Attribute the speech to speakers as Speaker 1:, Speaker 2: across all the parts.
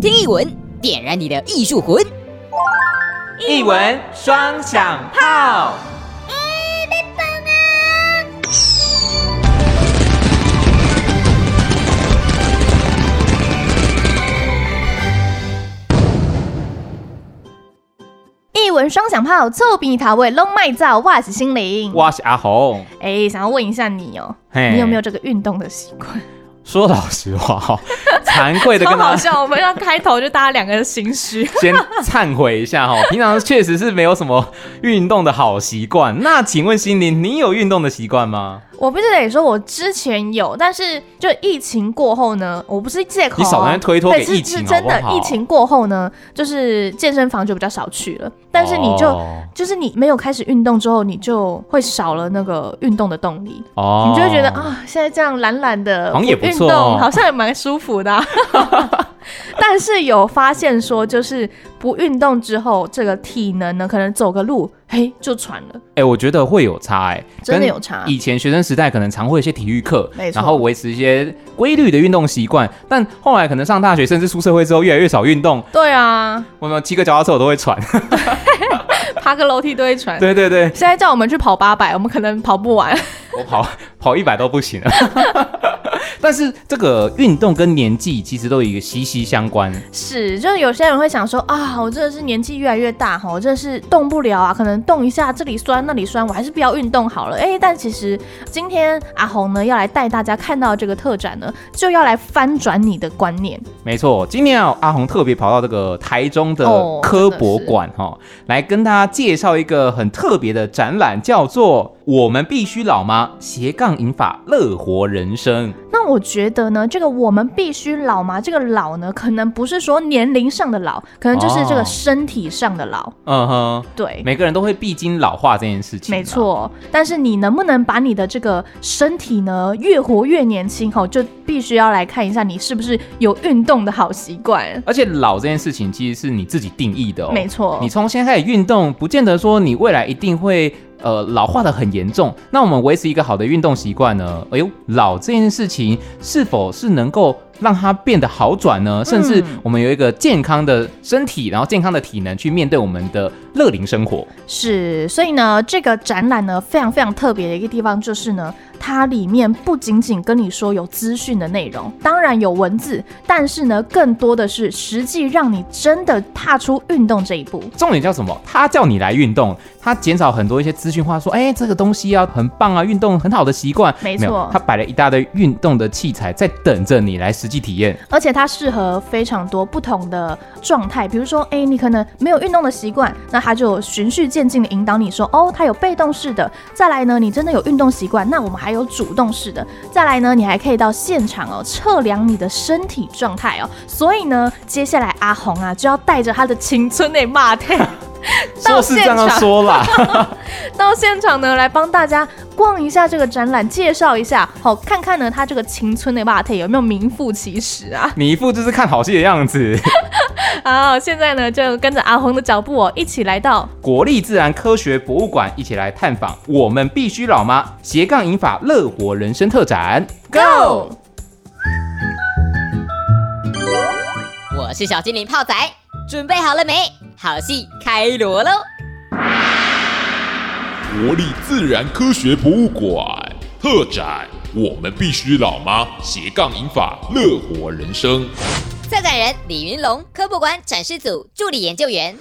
Speaker 1: 听一文，点燃你的艺术魂。
Speaker 2: 一文双响炮。
Speaker 3: 一文双响炮，臭鼻桃味龙麦造，哇是心灵。
Speaker 2: 我是阿红，
Speaker 3: 哎、想要问一下你哦、
Speaker 2: 嘿
Speaker 3: 你有没有这个运动的习惯？
Speaker 2: 说老实话哦，惭愧的
Speaker 3: 超
Speaker 2: 跟
Speaker 3: 好
Speaker 2: 大家
Speaker 3: 笑，我们要开头就大家两个人 心虚。
Speaker 2: 先忏悔一下哈、哦平常确实是没有什么运动的好习惯。那请问心灵，你有运动的习惯吗？
Speaker 3: 我必须得说，我之前有，但是就疫情过后呢，我不是借口哦、
Speaker 2: 你少在那推脱给
Speaker 3: 对是
Speaker 2: 疫情
Speaker 3: 是真
Speaker 2: 好
Speaker 3: 的
Speaker 2: 不，好
Speaker 3: 疫情过后呢，就是健身房就比较少去了，但是你就。
Speaker 2: 哦，
Speaker 3: 就是你没有开始运动之后，你就会少了那个运动的动力，
Speaker 2: 哦
Speaker 3: 你就会觉得，啊，现在这样懒懒的，
Speaker 2: 好像也不
Speaker 3: 运
Speaker 2: 错
Speaker 3: 动
Speaker 2: 哦
Speaker 3: 好像也蛮舒服的啊、 但是有发现说，就是不运动之后，这个体能呢，可能走个路，嘿，就喘了，
Speaker 2: 哎、我觉得会有差哎、
Speaker 3: 真的
Speaker 2: 跟
Speaker 3: 有差。
Speaker 2: 以前学生时代可能常会有一些体育课
Speaker 3: 没，错
Speaker 2: 然后维持一些规律的运动习惯，但后来可能上大学甚至出社会之后越来越少运动，
Speaker 3: 对啊，
Speaker 2: 我们骑个脚踏车我都会喘。
Speaker 3: 爬个楼梯都会喘。
Speaker 2: 对对对，
Speaker 3: 现在叫我们去跑八百，我们可能跑不完。
Speaker 2: 我跑 跑一百都不行了。 但是这个运动跟年纪其实都有一个息息相关，
Speaker 3: 是，就是有些人会想说啊，我真的是年纪越来越大哈，我真的是动不了啊，可能动一下这里酸那里酸，我还是不要运动好了。哎、但其实今天阿红呢要来带大家看到这个特展呢，就要来翻转你的观念。
Speaker 2: 没错。今天啊，阿红特别跑到这个台中的
Speaker 3: 哦
Speaker 2: 科博馆哈、来跟大家介绍一个很特别的展览，叫做《我们必须老吗？斜杠引法乐活人生》。
Speaker 3: 那我觉得呢，这个我们必须老嘛，这个老呢，可能不是说年龄上的老，可能就是这
Speaker 2: 哦
Speaker 3: 个身体上的老。
Speaker 2: 嗯哼，
Speaker 3: 对，
Speaker 2: 每个人都会必经老化这件事情、啊
Speaker 3: 没。错，但是你能不能把你的这个身体呢越活越年轻吼，就必须要来看一下你是不是有运动的好习惯。
Speaker 2: 而且老这件事情其实是你自己定义的哦。
Speaker 3: 没错
Speaker 2: 你，从现在开始运动，不见得说你未来一定会呃老化的很严重。那我们维持一个好的运动习惯呢？哎呦，老这件事情是否是能够让它变得好转
Speaker 3: 嗯
Speaker 2: 呢？甚至我们有一个健康的身体，然后健康的体能去面对我们的乐龄生活。
Speaker 3: 是，所以呢，这个展览呢非常非常特别的一个地方就是呢，它里面不仅仅跟你说有资讯的内容，当然有文字，但是呢，更多的是实际让你真的踏出运动这一步。
Speaker 2: 重点叫什么？他叫你来运动，他减少很多一些资讯化，说，哎、这个东西啊很棒啊，运动很好的习惯。
Speaker 3: 没
Speaker 2: 有
Speaker 3: 错
Speaker 2: 他摆了一大堆运动的器材在等着你来实际体验。
Speaker 3: 而且它适合非常多不同的状态，比如说，哎、你可能没有运动的习惯，那它就循序渐进的引导你说，哦，它有被动式的，再来呢，你真的有运动习惯，那我们还有主动式的，再来呢，你还可以到现场哦，测量你的身体状态哦。所以呢，接下来阿红啊，就要带着他的青春的骂他。
Speaker 2: 说是这样说啦，
Speaker 3: 到现场呢，来帮大家逛一下这个展览，介绍一下，好、看看呢，他这个青春的骂他有没有名副其实啊？
Speaker 2: 你一副就是看好戏的样子。
Speaker 3: 好，现在呢，就跟着阿红的脚步哦，一起来到
Speaker 2: 国立自然科学博物馆一起来探访“我们必须老吗？斜杠引法乐活人生特展
Speaker 3: Go。
Speaker 1: 我是小精灵泡仔，准备好了没？好戏开锣喽！
Speaker 4: 国立自然科学博物馆特展《我们必须老吗？斜杠引法，乐活人生》。
Speaker 1: 策展人李云龙，科博馆展示组助理研究员。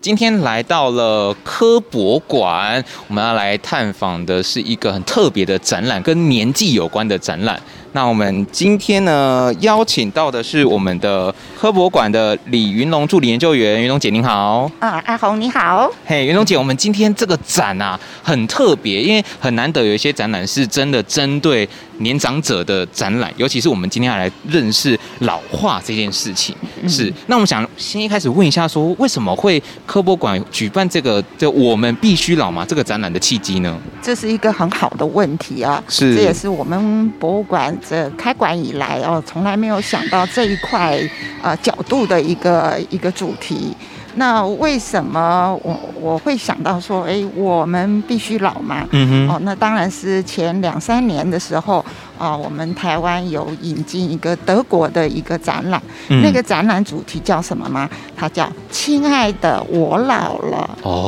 Speaker 5: 今天来到了科博馆，我们要来探访的是一个很特别的展览，跟年纪有关的展览。那我们今天呢，邀请到的是我们的科博馆的李云龙助理研究员，云龙姐您好。
Speaker 6: 啊，阿红你好，
Speaker 5: 嘿，云龙姐，我们今天这个展啊很特别，因为很难得有一些展览是真的针对年长者的展览，尤其是我们今天要来认识老化这件事情。是，那我们想先一开始问一下说为什么会科博馆举办这个“这我们必须老嘛”这个展览的契机呢？
Speaker 6: 这是一个很好的问题啊，
Speaker 5: 是
Speaker 6: 这也是我们博物馆这开馆以来哦，从来没有想到这一块呃角度的一个一个主题。那为什么我我会想到说，哎，我们必须老嘛？
Speaker 2: 嗯
Speaker 6: 哦
Speaker 2: 哼，，
Speaker 6: 那当然是前两三年的时候啊、我们台湾有引进一个德国的一个展览，
Speaker 2: 嗯
Speaker 6: 那个展览主题叫什么吗？它叫《亲爱的，我老了》。
Speaker 2: 哦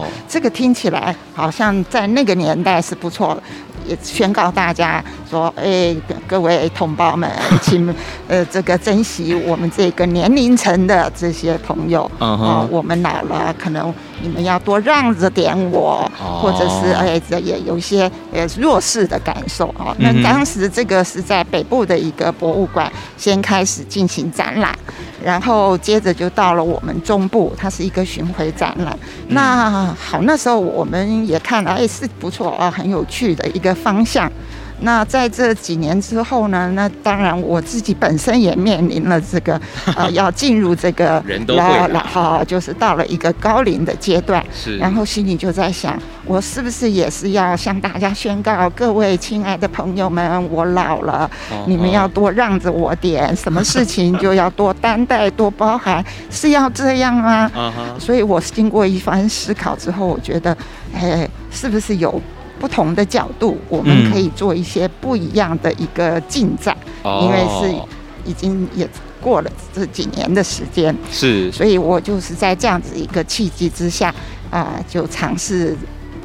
Speaker 6: 哦，，这个听起来好像在那个年代是不错的，也宣告大家说，哎，各各位同胞们，请呃这个珍惜我们这个年龄层的这些朋友。
Speaker 2: 嗯哼
Speaker 6: 哦，我们老了，可能你们要多让着点我，
Speaker 2: 哦
Speaker 6: 或者是哎，这也有一些呃弱势的感受哦。那
Speaker 2: 嗯哼
Speaker 6: 当时这个是在北部的一个博物馆先开始进行展览，然后接着就到了我们中部，它是一个巡回展览。
Speaker 2: 嗯
Speaker 6: 那好，那时候我们也看了，哎，是不错啊，很有趣的一个方向。那在这几年之后呢？那当然，我自己本身也面临了这个， 呃，要进入这个
Speaker 2: 人都会啦
Speaker 6: 老好，就是到了一个高龄的阶段，
Speaker 2: 是
Speaker 6: 哦然后心里就在想，我是不是也是要向大家宣告，各位亲爱的朋友们，我老了，
Speaker 2: 哦
Speaker 6: 你们要多让着我点，什么事情就要多担待、多包涵，是要这样吗？
Speaker 2: 嗯哼，
Speaker 6: 所以我经过一番思考之后，我觉得，哎，是不是有不同的角度，我
Speaker 2: 嗯
Speaker 6: 们可以做一些不一样的一个进展？
Speaker 2: 哦
Speaker 6: 因为是已经也过了这几年的时间，
Speaker 2: 是
Speaker 6: 所以我就是在这样子一个契机之下，啊、就尝试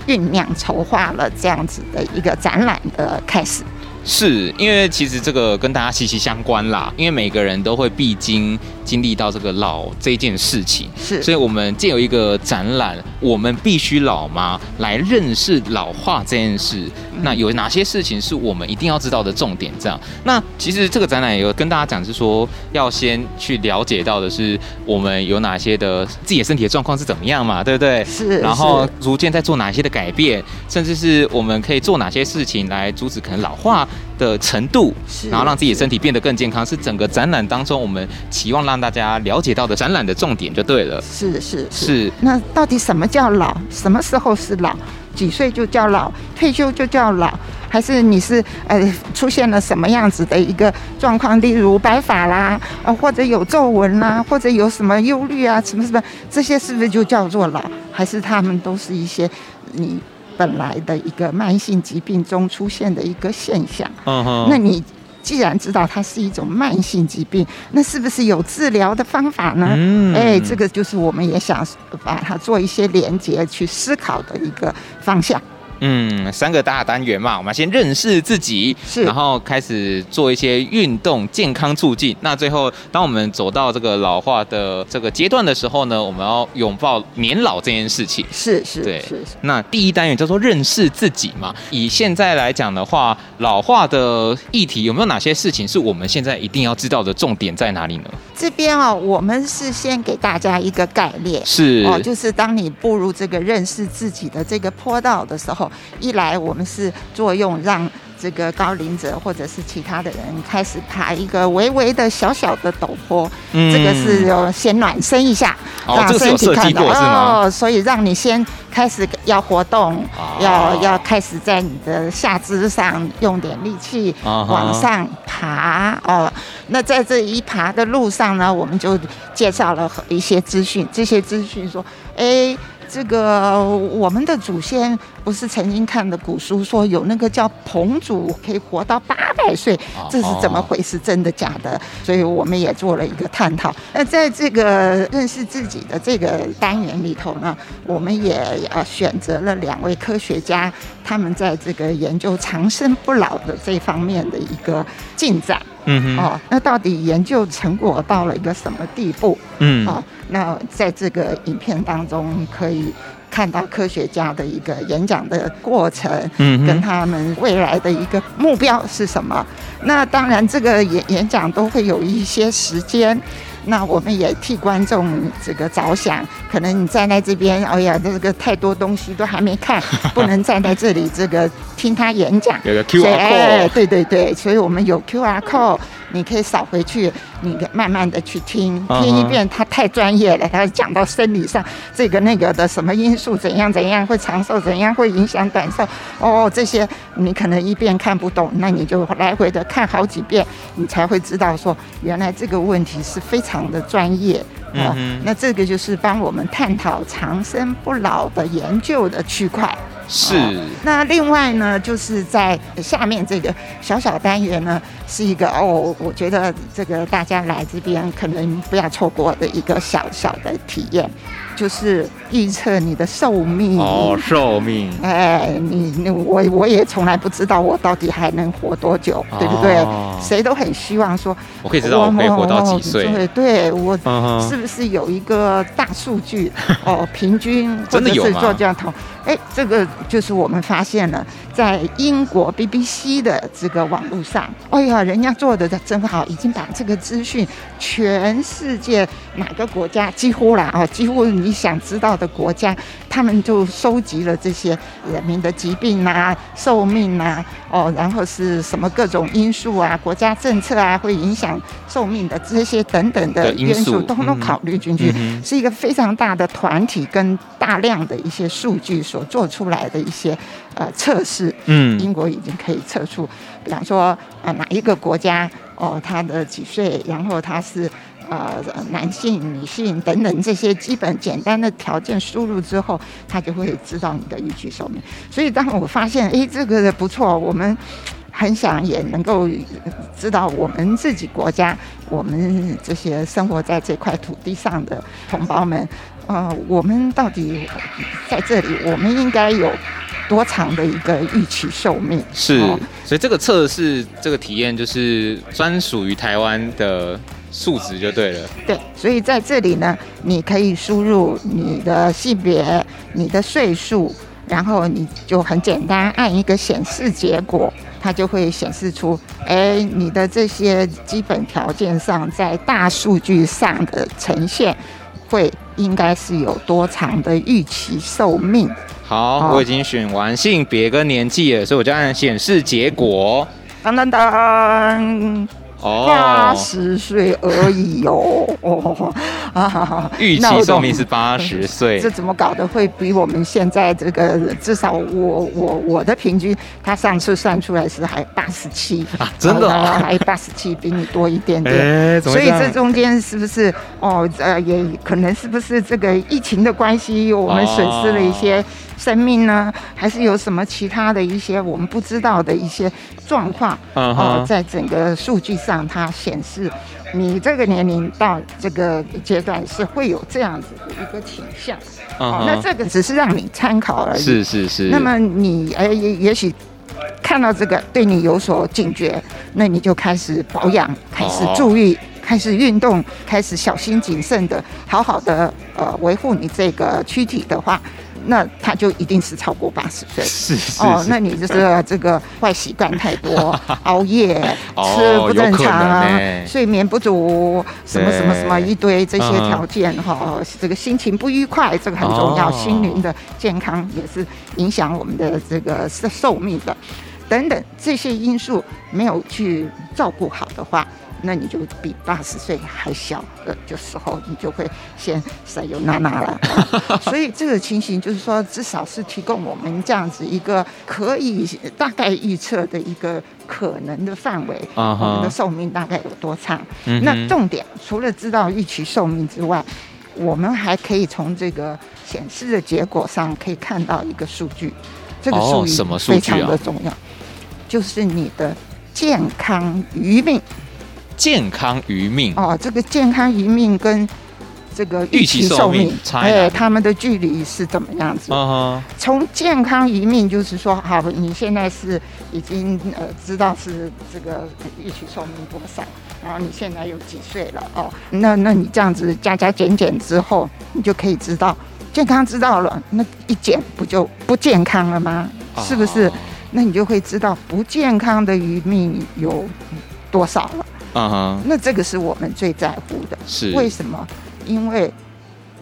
Speaker 6: 酝酿筹划了这样子的一个展览的开始。
Speaker 2: 是因为其实这个跟大家息息相关啦，因为每个人都会必经经历到这个老这件事情，
Speaker 6: 是
Speaker 2: 所以我们借由一个展览，我们必须老吗？来认识老化这件事。
Speaker 6: 嗯
Speaker 2: 那有哪些事情是我们一定要知道的重点？这样，那其实这个展览也有跟大家讲，是说要先去了解到的是我们有哪些的自己的身体的状况是怎么样嘛，对不对？
Speaker 6: 是
Speaker 2: 然后
Speaker 6: 是
Speaker 2: 逐渐在做哪些的改变，甚至是我们可以做哪些事情来阻止可能老化的程度，
Speaker 6: 是
Speaker 2: 然后让自己的身体变得更健康，是整个展览当中我们期望让大家了解到的展览的重点就对了。
Speaker 6: 是是
Speaker 2: 是
Speaker 6: 那到底什么叫老？什么时候是老？几岁就叫老？退休就叫老？还是你是呃出现了什么样子的一个状况？例如白发啦，啊、或者有皱纹啦，或者有什么忧虑啊，什么什么，这些是不是就叫做老？还是他们都是一些你本来的一个慢性疾病中出现的一个现象？
Speaker 2: 嗯哼
Speaker 6: 那你既然知道它是一种慢性疾病，那是不是有治疗的方法呢？
Speaker 2: 嗯
Speaker 6: 哎，这个就是我们也想把它做一些连接去思考的一个方向。
Speaker 2: 嗯，三个大单元嘛，我们先认识自己，
Speaker 6: 是
Speaker 2: 然后开始做一些运动健康促进。那最后，当我们走到这个老化的这个阶段的时候呢，我们要拥抱年老这件事情。
Speaker 6: 是是
Speaker 2: 对
Speaker 6: 是是，
Speaker 2: 那第一单元叫做认识自己嘛。以现在来讲的话，老化的议题有没有哪些事情是我们现在一定要知道的重点在哪里呢？
Speaker 6: 这边哦，我们是先给大家一个概念。
Speaker 2: 是，
Speaker 6: 哦，就是当你步入这个认识自己的这个坡道的时候，一来我们是作用让这个高龄者或者是其他的人开始爬一个微微的小小的陡坡，
Speaker 2: 嗯
Speaker 6: 这个是有先暖身一下，
Speaker 2: 哦
Speaker 6: 让
Speaker 2: 这个是
Speaker 6: 身
Speaker 2: 有
Speaker 6: 体
Speaker 2: 设计
Speaker 6: 看到
Speaker 2: 过是吗
Speaker 6: 哦，所以让你先开始要活动，
Speaker 2: 啊
Speaker 6: 要要开始在你的下肢上用点力气、
Speaker 2: 啊哈
Speaker 6: 往上爬哦。那在这一爬的路上呢，我们就介绍了一些资讯，这些资讯说，哎。这个我们的祖先不是曾经看的古书说有那个叫彭祖可以活到八百岁
Speaker 2: 哦，
Speaker 6: 这是怎么回事？真的假的？所以我们也做了一个探讨。那在这个认识自己的这个单元里头呢，我们也呃选择了两位科学家，他们在这个研究长生不老的这方面的一个进展。
Speaker 2: 嗯哼，
Speaker 6: 哦，那到底研究成果到了一个什么地步？
Speaker 2: 嗯，
Speaker 6: 好、那在这个影片当中可以看到科学家的一个演讲的过程，
Speaker 2: 嗯哼
Speaker 6: 跟他们未来的一个目标是什么？那当然，这个演演讲都会有一些时间。那我们也替观众这个着想，可能你站在这边，哎呀，这个太多东西都还没看，不能站在这里这个听他演 讲。
Speaker 2: 有个
Speaker 6: 所以
Speaker 2: QR
Speaker 6: 哎
Speaker 2: code，
Speaker 6: 对对对，所以我们有 QR code，你可以扫回去，你慢慢的去听，
Speaker 2: 嗯哼
Speaker 6: 听一遍，他太专业了，他讲到生理上这个那个的什么因素怎样怎样会长寿，怎样会影响短寿，哦，这些你可能一遍看不懂，那你就来回的看好几遍，你才会知道说原来这个问题是非常常的专业。哦
Speaker 2: 嗯哼
Speaker 6: 那这个就是帮我们探讨长生不老的研究的区块。
Speaker 2: 是
Speaker 6: 那另外呢，就是在下面这个小小单元呢，是一个哦，我觉得这个大家来这边可能不要错过的一个小小的体验，就是预测你的寿命。
Speaker 2: 哦，寿命
Speaker 6: 哎，你你我我也从来不知道我到底还能活多久，对不对
Speaker 2: 哦？
Speaker 6: 谁都很希望说，哦
Speaker 2: 我可以知道我可以活到几岁
Speaker 6: 对对，我
Speaker 2: 嗯哼
Speaker 6: 是不是有一个大数据哦，平均或
Speaker 2: 真的
Speaker 6: 者
Speaker 2: 有
Speaker 6: 是
Speaker 2: 吗
Speaker 6: 做这样统？哎，这个就是我们发现了，在英国 BBC 的这个网络上，哎呀，人家做的真好，已经把这个资讯全世界哪个国家几乎啦哦，几乎你想知道的国家，他们就收集了这些人民的疾病啊、寿命啊，哦，然后是什么各种因素啊、国家政策啊，会影响寿命的这些等等的
Speaker 2: 的因
Speaker 6: 因素，
Speaker 2: 素
Speaker 6: 通通
Speaker 2: 嗯
Speaker 6: 考虑进去，
Speaker 2: 嗯哼
Speaker 6: 是一个非常大的团体跟大量的一些数据所做出来的一些呃测试。
Speaker 2: 嗯
Speaker 6: 英国已经可以测出，比方说啊、呃哪一个国家哦，他的几岁，然后他是。呃，男性、女性等等这些基本简单的条件输入之后，他就会知道你的预期寿命。所以当我发现，诶，这个不错，我们很想也能够呃知道我们自己国家，我们这些生活在这块土地上的同胞们，呃，我们到底在这里，我们应该有多长的一个预期寿命？
Speaker 2: 是
Speaker 6: 哦，
Speaker 2: 所以这个测试这个体验就是专属于台湾的数值就对了。
Speaker 6: 对，所以在这里呢，你可以输入你的性别、你的岁数，然后你就很简单按一个显示结果，它就会显示出，哎，你的这些基本条件上在大数据上的呈现，会应该是有多长的预期寿命。
Speaker 2: 好，
Speaker 6: 好
Speaker 2: 我已经选完性别跟年纪了，所以我就按显示结果。
Speaker 6: 当当当，八
Speaker 2: 哦，
Speaker 6: 十岁而已哦，哦啊，
Speaker 2: 预
Speaker 6: 那我
Speaker 2: 期寿命
Speaker 6: 懂
Speaker 2: 是八十岁
Speaker 6: 这。怎哦么搞的？会比我们现在这个至少我我我的平均，他上次算出来是还八十七
Speaker 2: 啊真的啊
Speaker 6: 还八十七，比你多一点点。
Speaker 2: 哎怎么
Speaker 6: 所
Speaker 2: 会
Speaker 6: 以
Speaker 2: 这样
Speaker 6: 这中间是不是哦？呃，也可能是不是这个疫情的关系，我们损失了一些生命呢？还是有什么其他的一些我们不知道的一些状况？
Speaker 2: 嗯
Speaker 6: 哦
Speaker 2: 哼，
Speaker 6: 在整个数据上，它显示你这个年龄到这个阶段是会有这样子的一个倾向。
Speaker 2: 嗯
Speaker 6: 哦
Speaker 2: 哼，
Speaker 6: 那这个只是让你参考而已。
Speaker 2: 是是是。
Speaker 6: 那么你呃，也也许看到这个对你有所警觉，那你就开始保养，开
Speaker 2: 哦
Speaker 6: 始注意，开始运动，开始小心谨慎的，好好的呃维护你这个躯体的话，那它就一定是超过八十岁。
Speaker 2: 是是
Speaker 6: 哦，
Speaker 2: 是
Speaker 6: 那你就是这个坏习惯太多，熬夜、
Speaker 2: 哦
Speaker 6: 吃不正
Speaker 2: 有可
Speaker 6: 常、
Speaker 2: 能欸
Speaker 6: 睡眠不足，什么什么什么
Speaker 2: 对
Speaker 6: 一堆这些
Speaker 2: 嗯
Speaker 6: 条件哈、这个心情不愉快，这个很重要，
Speaker 2: 哦
Speaker 6: 心灵的健康也是影响我们的这个寿寿命的，等等这些因素没有去照顾好的话。那你就比八十岁还小的就时候，你就会先塞有娜娜了。 所以这个情形就是说，至少是提供我们这样子一个可以大概预测的一个可能的范围，
Speaker 2: 啊哈
Speaker 6: 我们的寿命大概有多长。
Speaker 2: 嗯哼
Speaker 6: 那重点除了知道预期寿命之外，我们还可以从这个显示的结果上可以看到一个数据，这个
Speaker 2: 哦
Speaker 6: 数
Speaker 2: 什
Speaker 6: 据
Speaker 2: 么数
Speaker 6: 非
Speaker 2: 据
Speaker 6: 常
Speaker 2: 啊
Speaker 6: 的重要，就是你的健康余命
Speaker 2: 健康余命
Speaker 6: 哦，这个健康余命跟这个
Speaker 2: 预期寿命差在哪
Speaker 6: 哎，
Speaker 2: 里
Speaker 6: 他们的距离是怎么样子？
Speaker 2: 嗯哼，
Speaker 6: 从健康余命就是说，好，你现在是已经呃知道是这个预期寿命多少，然后你现在有几岁了哦，那那你这样子加加减减之后，你就可以知道健康知道了，那一减不就不健康了吗？是不是
Speaker 2: 哦？
Speaker 6: 那你就会知道不健康的余命有多少了。
Speaker 2: 嗯哼，
Speaker 6: 那这个是我们最在乎的。
Speaker 2: 是
Speaker 6: 为什么？因为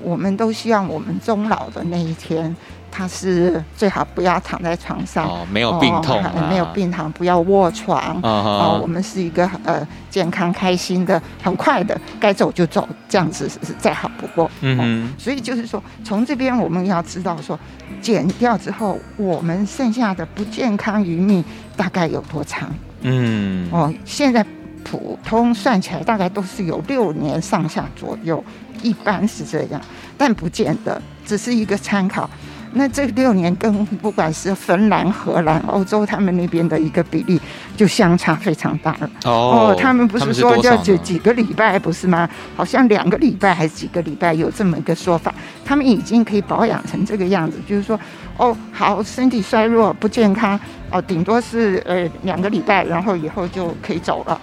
Speaker 6: 我们都希望我们终老的那一天，他是最好不要躺在床上，
Speaker 2: 哦没有病痛
Speaker 6: 哦
Speaker 2: 啊
Speaker 6: 没有病痛，不要卧床。
Speaker 2: 嗯哼
Speaker 6: 哦，我们是一个呃健康、开心的，很快的，该走就走，这样子是再好不过。
Speaker 2: 嗯
Speaker 6: 哦
Speaker 2: 哼，
Speaker 6: 所以就是说，从这边我们要知道说，减掉之后，我们剩下的不健康余命大概有多长？
Speaker 2: 嗯
Speaker 6: 哦，现在图，通算起来大概都是有六年上下左右，一般是这样，但不见得，只是一个参考。那这六年跟不管是芬兰、荷兰、欧洲他们那边的一个比例，就相差非常大了。哦，他们不是说
Speaker 2: 多少
Speaker 6: 要
Speaker 2: 呢
Speaker 6: 几几个礼拜不是吗？好像两个礼拜还是几个礼拜有这么一个说法，他们已经可以保养成这个样子，就是说，哦，好，身体衰弱不健康，哦，顶多是呃两个礼拜，然后以后就可以走了。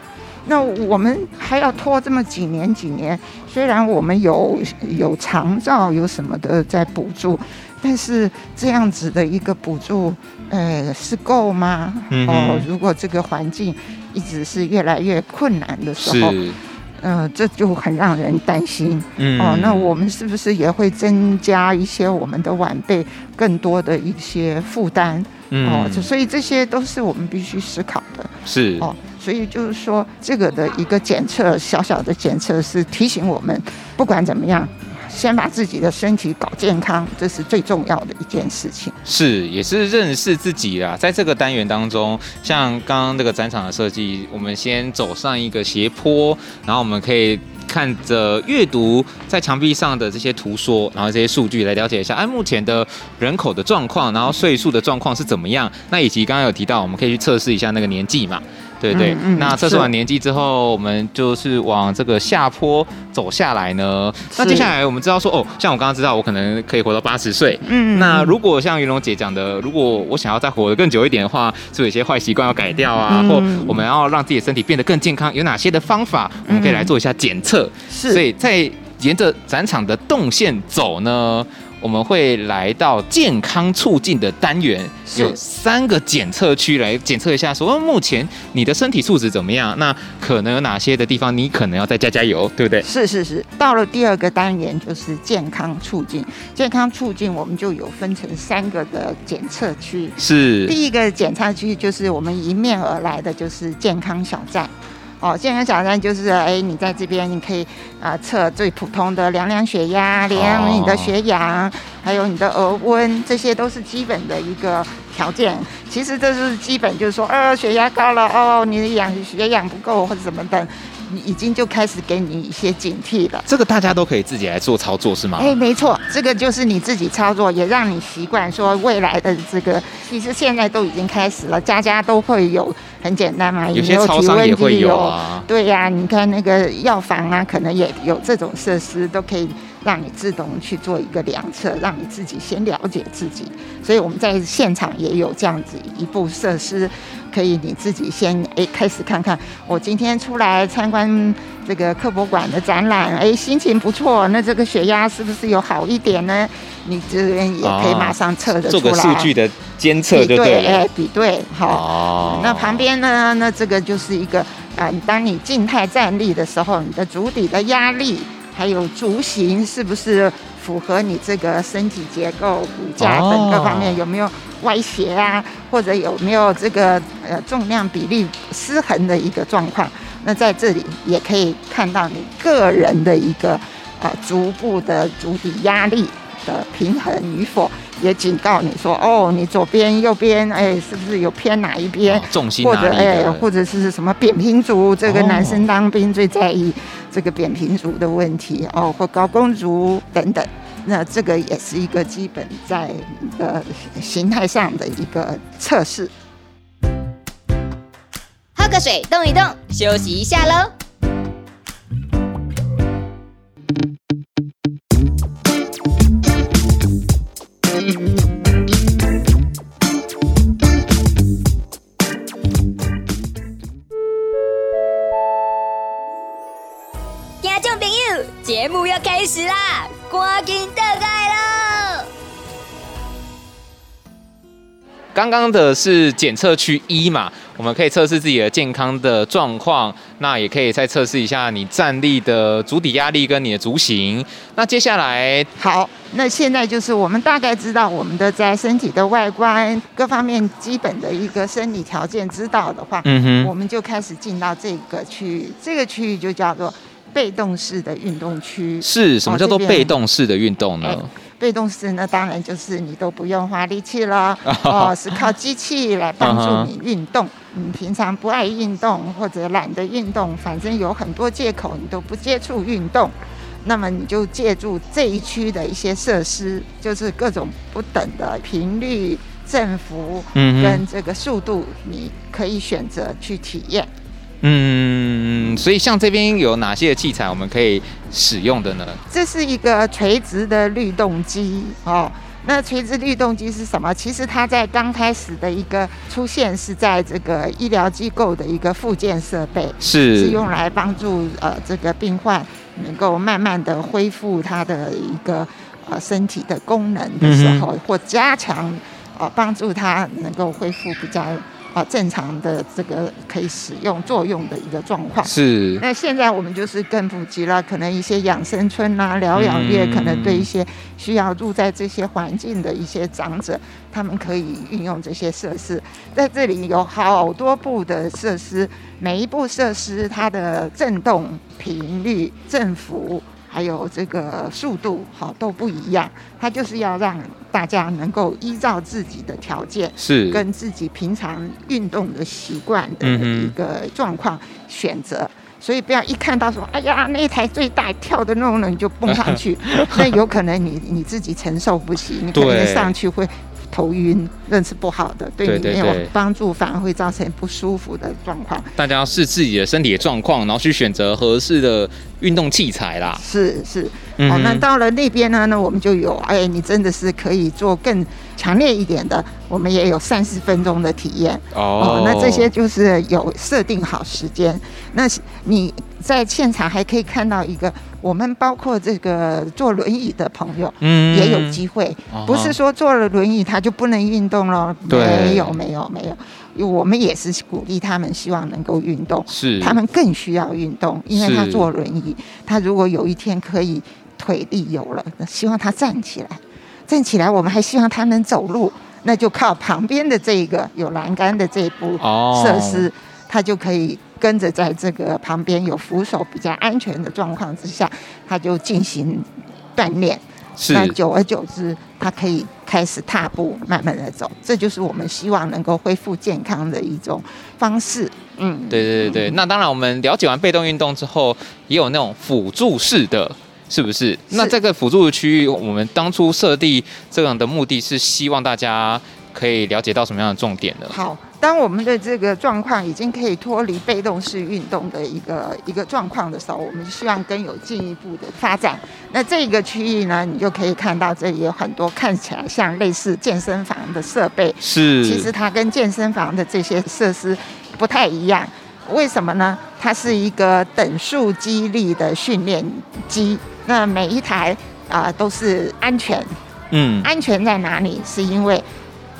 Speaker 6: 那我们还要拖这么几年几年，虽然我们有有长照有什么的在补助，但是这样子的一个补助，呃，是够吗？
Speaker 2: 嗯哼
Speaker 6: 哦，如果这个环境一直是越来越困难的时候，
Speaker 2: 是，
Speaker 6: 嗯、这就很让人担心。
Speaker 2: 嗯
Speaker 6: 哦，那我们是不是也会增加一些我们的晚辈更多的一些负担？哦，
Speaker 2: 嗯
Speaker 6: 这所以这些都是我们必须思考的。
Speaker 2: 是
Speaker 6: 哦，所以就是说，这个的一个检测，小小的检测是提醒我们，不管怎么样，先把自己的身体搞健康，这是最重要的一件事情。
Speaker 2: 是，也是认识自己啦。在这个单元当中，像刚刚这个展场的设计，我们先走上一个斜坡，然后我们可以看着阅读在墙壁上的这些图说，然后这些数据来了解一下，哎、目前的人口的状况，然后岁数的状况是怎么样？那以及刚刚有提到，我们可以去测试一下那个年纪嘛。对对，
Speaker 6: 嗯嗯
Speaker 2: 那测试
Speaker 6: 是
Speaker 2: 完年纪之后，我们就是往这个下坡走下来呢。那接
Speaker 6: 是
Speaker 2: 下来我们知道说，哦，像我刚刚知道，我可能可以活到八十岁，
Speaker 6: 嗯
Speaker 2: 那如果像云龙姐讲的，如果我想要再活得更久一点的话，是不是有一些坏习惯要改掉啊，
Speaker 6: 嗯
Speaker 2: 或我们要让自己的身体变得更健康，有哪些的方法我们可以来做一下检测？
Speaker 6: 是
Speaker 2: 所以在沿着展场的动线走呢，我们会来到健康促进的单元，
Speaker 6: 是
Speaker 2: 有三个检测区来检测一下说，哦目前你的身体素质怎么样？那可能有哪些的地方你可能要再加加油，对不对？
Speaker 6: 是是是，到了第二个单元就是健康促进。健康促进我们就有分成三个的检测区，
Speaker 2: 是，
Speaker 6: 第一个检查区就是我们迎面而来的就是健康小站。哦，健康小站就是，哎，你在这边你可以啊、呃测最普通的量量血压、量你的血氧，还有你的额温，这些都是基本的一个条件。其实这就是基本，就是说，呃，血压高了，哦，你的氧血氧不够或者怎么的，你已经就开始给你一些警惕了。
Speaker 2: 这个大家都可以自己来做操作是吗？
Speaker 6: 哎，没错，这个就是你自己操作，也让你习惯说未来的这个，其实现在都已经开始了，家家都会有，很简单嘛，
Speaker 2: 有些
Speaker 6: 哎没
Speaker 2: 超
Speaker 6: 体
Speaker 2: 商
Speaker 6: 温
Speaker 2: 也会
Speaker 6: 计
Speaker 2: 有啊。
Speaker 6: 对呀、你看那个药房啊，可能也有这种设施，都可以让你自动去做一个量测，让你自己先了解自己。所以我们在现场也有这样子一部设施，可以你自己先诶开始看看，我今天出来参观这个科博馆的展览，诶，心情不错，那这个血压是不是有好一点呢？你这边也可以马上测得出
Speaker 2: 做
Speaker 6: 来，
Speaker 2: 个数据的监测
Speaker 6: 比
Speaker 2: 就
Speaker 6: 对，
Speaker 2: 了。
Speaker 6: 哎，比对， 好。
Speaker 2: 哦
Speaker 6: 那旁边呢？那这个就是一个啊、你当你静态站立的时候，你的足底的压力，还有足型是不是符合你这个身体结构、骨架
Speaker 2: 哦
Speaker 6: 等各方面、有没有歪斜啊，或者有没有这个呃重量比例失衡的一个状况？那在这里也可以看到你个呃人的一个啊足部的足底压力的平衡与否，也警告你说哦，你左边、右边，哎，是不是有偏哪一边？
Speaker 2: 哦重心
Speaker 6: 或
Speaker 2: 哪
Speaker 6: 者
Speaker 2: 里
Speaker 6: 哎，
Speaker 2: 的？
Speaker 6: 或者是什么扁平足，这个
Speaker 2: 哦
Speaker 6: 男生当兵最在意这个扁平足的问题哦，或高弓足等等。那这个也是一个基本在呃形态上的一个测试。
Speaker 1: 喝个水，动一动，休息一下喽。听众朋友，节目要开始啦，赶紧倒来喽！
Speaker 2: 刚刚的是检测区一嘛，我们可以测试自己的健康的状况，那也可以再测试一下你站立的足底压力跟你的足型。那接下来
Speaker 6: 好，那现在就是我们大概知道我们的在身体的外观各方面基本的一个生理条件知道的话，
Speaker 2: 嗯哼
Speaker 6: 我们就开始进到这个区域，这个区域就叫做被动式的运动区。
Speaker 2: 是什么
Speaker 6: 哦
Speaker 2: 叫做
Speaker 6: 这边哎
Speaker 2: 被动式的运动呢？
Speaker 6: 被动式呢，当
Speaker 2: 啊
Speaker 6: 然就是你都不用花力气了，哦，是靠机器来帮助你运动。你平常不爱运动或者懒得运动，反正有很多借口你都不接触运动，那么你就借助这一区的一些设施，就是各种不等的频率、振幅
Speaker 2: 嗯哼
Speaker 6: 跟这个速度，你可以选择去体验。
Speaker 2: 嗯，所以像这边有哪些器材我们可以使用的呢？
Speaker 6: 这是一个垂直的律动机哦。那垂直律动机是什么？其实它在刚开始的一个出现是在这个医疗机构的一个附件设备，是
Speaker 2: 是
Speaker 6: 用来帮助呃这个病患能够慢慢的恢复他的一个呃身体的功能的时候，或加强呃帮助他能够恢复比较呃正常的这个可以使用作用的一个状况。
Speaker 2: 是，
Speaker 6: 那现在我们就是更普及了，可能一些养生村啊、疗养院，
Speaker 2: 嗯
Speaker 6: 可能对一些需要住在这些环境的一些长者，他们可以运用这些设施。在这里有好多部的设施，每一部设施它的震动频率、振幅。还有这个速度好都不一样，它就是要让大家能够依照自己的条件
Speaker 2: 是
Speaker 6: 跟自己平常运动的习惯的
Speaker 2: 嗯哼
Speaker 6: 一个状况
Speaker 2: 嗯
Speaker 6: 选择。所以不要一看到说，哎呀，那一台最大跳的那种人你就蹦 上去，那有可能你你自己承受不起，你可能
Speaker 2: 对
Speaker 6: 上去会头晕，那是不好的，对
Speaker 2: 对
Speaker 6: 你
Speaker 2: 对
Speaker 6: 没有
Speaker 2: 对
Speaker 6: 帮助，反而会造成不舒服的状况。
Speaker 2: 大家要视自己的身体的状况，然后去选择合适的运动器材啦。
Speaker 6: 是是，
Speaker 2: 嗯
Speaker 6: 好，
Speaker 2: 哼
Speaker 6: 那到了那边呢，那我们就有，哎，你真的是可以做更强烈一点的，我们也有三十分钟的体验。哦，那这些就是有设定好时间。那是你在现场还可以看到一个，我们包括这个坐轮椅的朋友。
Speaker 2: 嗯
Speaker 6: 也有机会
Speaker 2: 啊哈，
Speaker 6: 不是说坐了轮椅他就不能运动了，
Speaker 2: 对
Speaker 6: 没有没有没有，我们也是鼓励他们，希望能够运动，
Speaker 2: 是
Speaker 6: 他们更需要运动，因为他
Speaker 2: 是
Speaker 6: 坐轮椅，他如果有一天可以腿力有了，那希望他站起来，站起来，我们还希望他能走路，那就靠旁边的这个有栏杆的这一步
Speaker 2: 哦
Speaker 6: 设施，他就可以跟着在这个旁边有扶手比较安全的状况之下，他就进行锻炼。
Speaker 2: 是
Speaker 6: 那久而久之，他可以开始踏步，慢慢的走，这就是我们希望能够恢复健康的一种方式。嗯，
Speaker 2: 对对对对，那当然，我们了解完被动运动之后，也有那种辅助式的，是不是？那这个辅助的区域，我们当初设定这样的目的是希望大家可以了解到什么样的重点呢？
Speaker 6: 好，当我们的这个状况已经可以脱离被动式运动的一个一个状况的时候，我们希望更有进一步的发展。那这个区域呢，你就可以看到这里有很多看起来像类似健身房的设备，
Speaker 2: 是，
Speaker 6: 其实它跟健身房的这些设施不太一样。为什么呢？它是一个等速肌力的训练机，那每一台啊、都是安全
Speaker 2: 嗯，
Speaker 6: 安全在哪里？是因为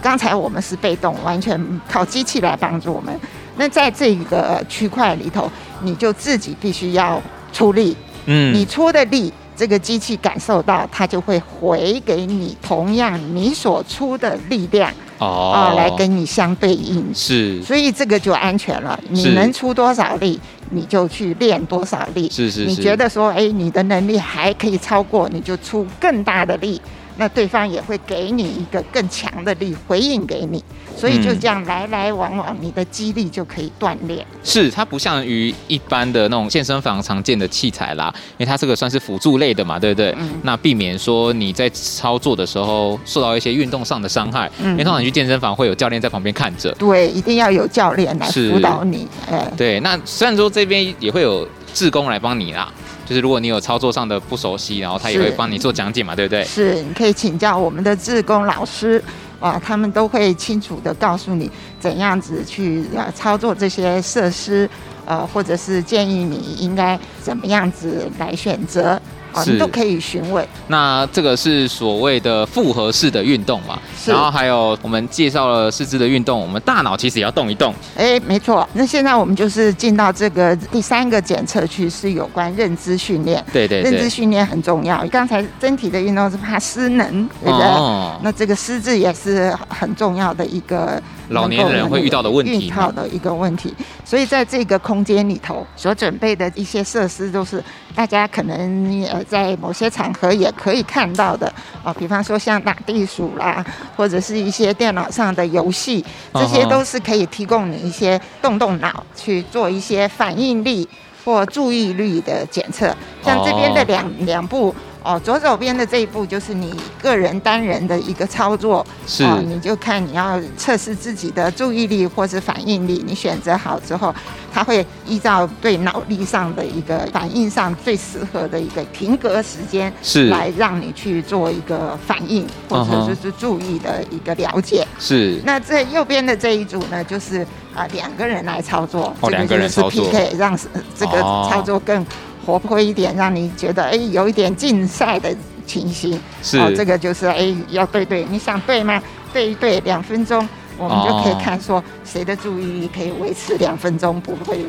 Speaker 6: 刚才我们是被动，完全靠机器来帮助我们。那在这个区块里头，你就自己必须要出力，
Speaker 2: 嗯，
Speaker 6: 你出的力，这个机器感受到，它就会回给你同样你所出的力量啊、
Speaker 2: 哦，
Speaker 6: 来跟你相对应。
Speaker 2: 是
Speaker 6: 所以这个就安全了，你
Speaker 2: 是
Speaker 6: 能出多少力，你就去练多少力。
Speaker 2: 是是
Speaker 6: 你
Speaker 2: 是
Speaker 6: 觉得说，哎，你的能力还可以超过，你就出更大的力，那对方也会给你一个更强的力回应给你，所以就
Speaker 2: 嗯
Speaker 6: 这样来来往往，你的肌力就可以锻炼。
Speaker 2: 是，它不像于一般的那种健身房常见的器材啦，因为它这个算是辅助类的嘛，对不对？
Speaker 6: 嗯
Speaker 2: 那避免说你在操作的时候受到一些运动上的伤害，
Speaker 6: 嗯
Speaker 2: 因为通常你去健身房会有教练在旁边看着。
Speaker 6: 对，一定要有教练来
Speaker 2: 是
Speaker 6: 辅导你，哎，
Speaker 2: 对，那虽然说这边也会有志工来帮你啦，就是如果你有操作上的不熟悉，然后他也
Speaker 6: 是
Speaker 2: 会帮你做讲解嘛，对不对？
Speaker 6: 是，你可以请教我们的志工老师啊，他们都会清楚的告诉你怎样子去呃操作这些设施，呃，或者是建议你应该怎么样子来选择，啊，
Speaker 2: 是
Speaker 6: 你都可以询问。
Speaker 2: 那这个是所谓的复合式的运动嘛，
Speaker 6: 是
Speaker 2: 然后还有我们介绍了四肢的运动，我们大脑其实也要动一动，
Speaker 6: 哎，没错。那现在我们就是进到这个第三个检测区，是有关认知训练。
Speaker 2: 对对
Speaker 6: 认知
Speaker 2: 对，
Speaker 6: 训练很重要。刚才身体的运动是怕失能，对不对？
Speaker 2: 哦
Speaker 6: 那这个失智也是很重要的一个
Speaker 2: 老年人会遇到的问题
Speaker 6: 遇到的一个问题。所以在这个空间里头所准备的一些设施，都是大家可能呃呃，在某些场合也可以看到的啊、比方说像打地鼠啦，或者是一些电脑上的游戏，这
Speaker 2: 嗯
Speaker 6: 些
Speaker 2: 哼
Speaker 6: 都是可以提供你一些动动脑去做一些反应力或注意力的检测。像这边的
Speaker 2: 哦
Speaker 6: 两、两步哦，左手边的这一步就是你个人单人的一个操作，
Speaker 2: 是
Speaker 6: 哦，你就看你要测试自己的注意力或是反应力，你选择好之后，它会依照对脑力上的一个反应上最适合的一个停格时间，
Speaker 2: 是
Speaker 6: 来让你去做一个反应或
Speaker 2: 嗯哼
Speaker 6: 者就是注意的一个了解。
Speaker 2: 是
Speaker 6: 那这右边的这一组呢，就是啊两、个人来操作，
Speaker 2: 哦
Speaker 6: 这
Speaker 2: 两
Speaker 6: 个
Speaker 2: 个
Speaker 6: 就
Speaker 2: 人
Speaker 6: 是
Speaker 2: 操作
Speaker 6: PK，让是这个
Speaker 2: 哦
Speaker 6: 操作更活泼一点，让你觉得哎、有一点竞赛的情形。
Speaker 2: 是
Speaker 6: 哦，这个就是哎、要对对，你想对吗？对一对，两分钟。我们就可以
Speaker 2: 哦
Speaker 6: 看说谁的注意力可以维持两分钟，不会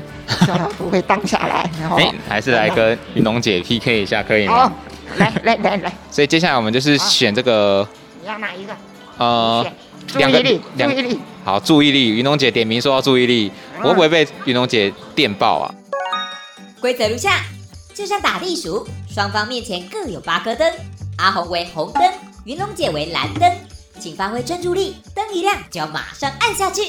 Speaker 6: 不会荡下来。然后
Speaker 2: 哎、，还是来跟云龙姐 PK 一下可以吗？
Speaker 6: 好，来来来来，
Speaker 2: 所以接下来我们就是选这个
Speaker 6: 你要哪一个？
Speaker 2: 呃
Speaker 6: 选，注
Speaker 2: 两个
Speaker 6: 意力，注
Speaker 2: 两
Speaker 6: 意力。
Speaker 2: 好注意力。云龙姐点名说要注意力，
Speaker 6: 嗯
Speaker 2: 我会不会被云龙姐电爆啊？
Speaker 1: 规则如下：就像打地鼠，双方面前各有八颗灯，阿红为红灯，云龙姐为蓝灯，请发挥专注力，灯一亮就要马上按下去。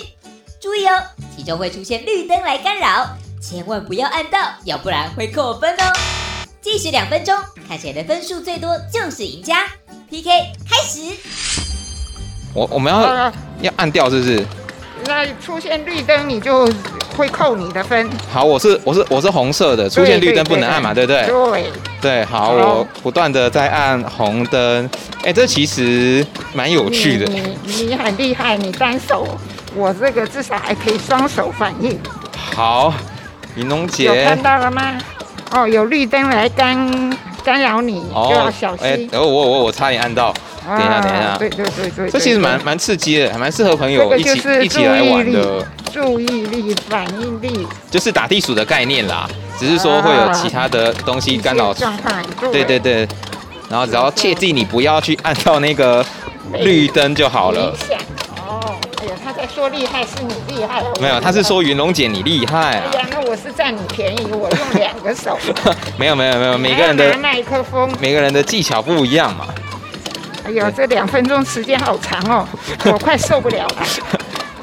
Speaker 1: 注意哦，其中会出现绿灯来干扰，千万不要按到，要不然会扣分哦。计时两分钟，看谁的分数最多就是赢家。PK 开始，
Speaker 2: 我我们要、
Speaker 6: 呃，
Speaker 2: 要按掉是不是？
Speaker 6: 那出现绿灯你就会扣你的分。
Speaker 2: 好，我是我是我是红色的，出现绿灯不能按嘛，对不对？
Speaker 6: 对，
Speaker 2: 对，好，我不断的在按红灯。哎、这其实蛮有趣的。
Speaker 6: 你你你很厉害，你单手，我这个至少还可以双手反应。
Speaker 2: 好，云龙
Speaker 6: 有
Speaker 2: 姐
Speaker 6: 看，到了吗？哦，有绿灯来干干扰你，就要小心。
Speaker 2: 哎我我我我差点按到，哎等一下等一
Speaker 6: 啊
Speaker 2: 下，
Speaker 6: 对对对对，
Speaker 2: 这其实
Speaker 6: 对
Speaker 2: 蛮蛮刺激的，还蛮适合朋
Speaker 6: 这
Speaker 2: 友
Speaker 6: 个
Speaker 2: 一
Speaker 6: 就
Speaker 2: 起
Speaker 6: 是
Speaker 2: 一
Speaker 6: 注
Speaker 2: 起来
Speaker 6: 意
Speaker 2: 玩
Speaker 6: 力
Speaker 2: 的，、
Speaker 6: 注意力、反应力，
Speaker 2: 就是打地鼠的概念啦，只是说会有其他的东西干扰
Speaker 6: 一些。状况。
Speaker 2: 对对对，然后只要切记你不要去按到那个绿灯就好了
Speaker 6: 影。响哦，哎呀，他在说厉害是你厉害，哦
Speaker 2: 没有，他是说云龙姐你厉害
Speaker 6: 哎
Speaker 2: 啊。
Speaker 6: 呀，那我是占你便宜，我用两个手。
Speaker 2: 没有没有没有，呃每个人
Speaker 6: 还要
Speaker 2: 的
Speaker 6: 拿麦克风，
Speaker 2: 每个人的技巧不一样嘛。
Speaker 6: 哎呦，这两分钟时间好长哦，我快受不了了。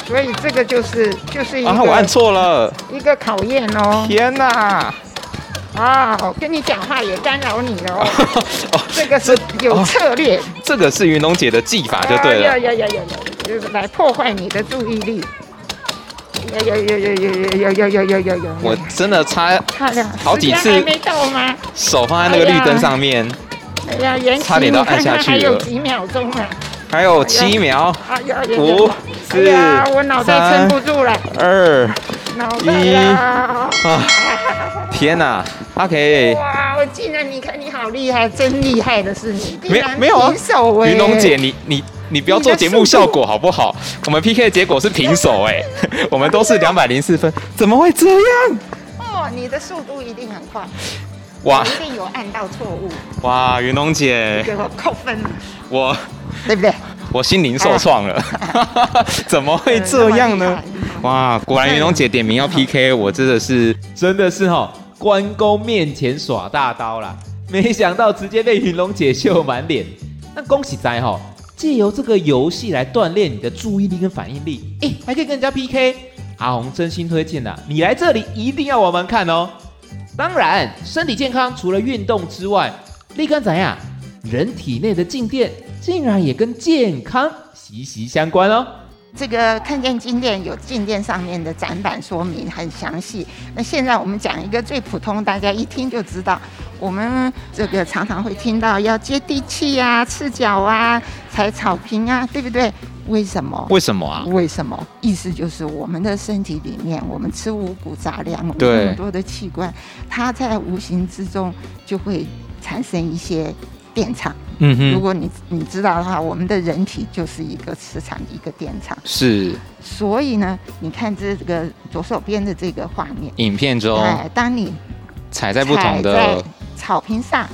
Speaker 6: 所以这个就是就是一个、
Speaker 2: 啊，我按错了，
Speaker 6: 一个考验哦。
Speaker 2: 天哪！
Speaker 6: 啊，我跟你讲话也干扰你 了哦。
Speaker 2: 哦，
Speaker 6: 这个是有策略，
Speaker 2: 这个是云龙姐的技法就对
Speaker 6: 啊
Speaker 2: 了。
Speaker 6: 呀呀呀呀呀，就是来破坏你的注意力。有有有有有有有有有有有。
Speaker 2: 我真的差
Speaker 6: 看了
Speaker 2: 好几
Speaker 6: 时间还
Speaker 2: 次
Speaker 6: 没到吗？
Speaker 2: 手放在那个绿灯上面，
Speaker 6: 哎呀，延期，
Speaker 2: 差点都按下去了
Speaker 6: 你看看还有几秒钟啊！
Speaker 2: 还有七秒，
Speaker 6: 哎呀，哎呀
Speaker 2: 五
Speaker 6: 哎呀哎
Speaker 2: 四
Speaker 6: 呀，我脑袋撑不住了，
Speaker 2: 二
Speaker 6: 脑袋呀！
Speaker 2: 啊！天哪，他可以，
Speaker 6: 哇，我竟然，你看你好厉害，真厉害的是你，
Speaker 2: 没有没有啊
Speaker 6: 平手哎，
Speaker 2: 云龙姐，你你你不要做节目效果好不好？我们 PK 的结果是平手哎、 我们都是两百零四分，怎么会这样？
Speaker 6: 哦，你的速度一定很快，
Speaker 2: 哇
Speaker 6: 一定有按到错误，
Speaker 2: 哇，云龙姐，
Speaker 6: 给我扣分 了，
Speaker 2: 我
Speaker 6: 对不对？
Speaker 2: 我心灵受创了， 怎么会这样呢？哇，果然云龙姐点名要 PK，我真的是
Speaker 7: 真的是哈、关公面前耍大刀啦，没想到直接被云龙姐秀满脸。那恭喜仔哈、借由这个游戏来锻炼你的注意力跟反应力，诶，还可以跟人家 PK。阿红真心推荐呐、啊你来这里一定要玩玩看哦。当然，身体健康除了运动之外，立竿仔呀，人体内的静电竟然也跟健康息息相关哦。
Speaker 6: 这个看见金店有进店上面的展板说明很详细。那现在我们讲一个最普通，大家一听就知道。我们这个常常会听到要接地气啊、赤脚啊、踩草坪啊，对不对？为什么？
Speaker 2: 为什么啊？
Speaker 6: 为什么？意思就是我们的身体里面，我们吃五谷杂粮，我们
Speaker 2: 对
Speaker 6: 那么多的器官，它在无形之中就会产生一些电场。
Speaker 2: 嗯
Speaker 6: 如
Speaker 2: 哼，
Speaker 6: 果你你知道的话，我们的人体就是一个磁场，一个电场。
Speaker 2: 是
Speaker 6: 所以呢，你看这个左手边的这个画面，
Speaker 2: 影片中
Speaker 6: 哎、当你
Speaker 2: 踩哦在不
Speaker 6: 踩
Speaker 2: 同
Speaker 6: 在
Speaker 2: 的
Speaker 6: 草坪上，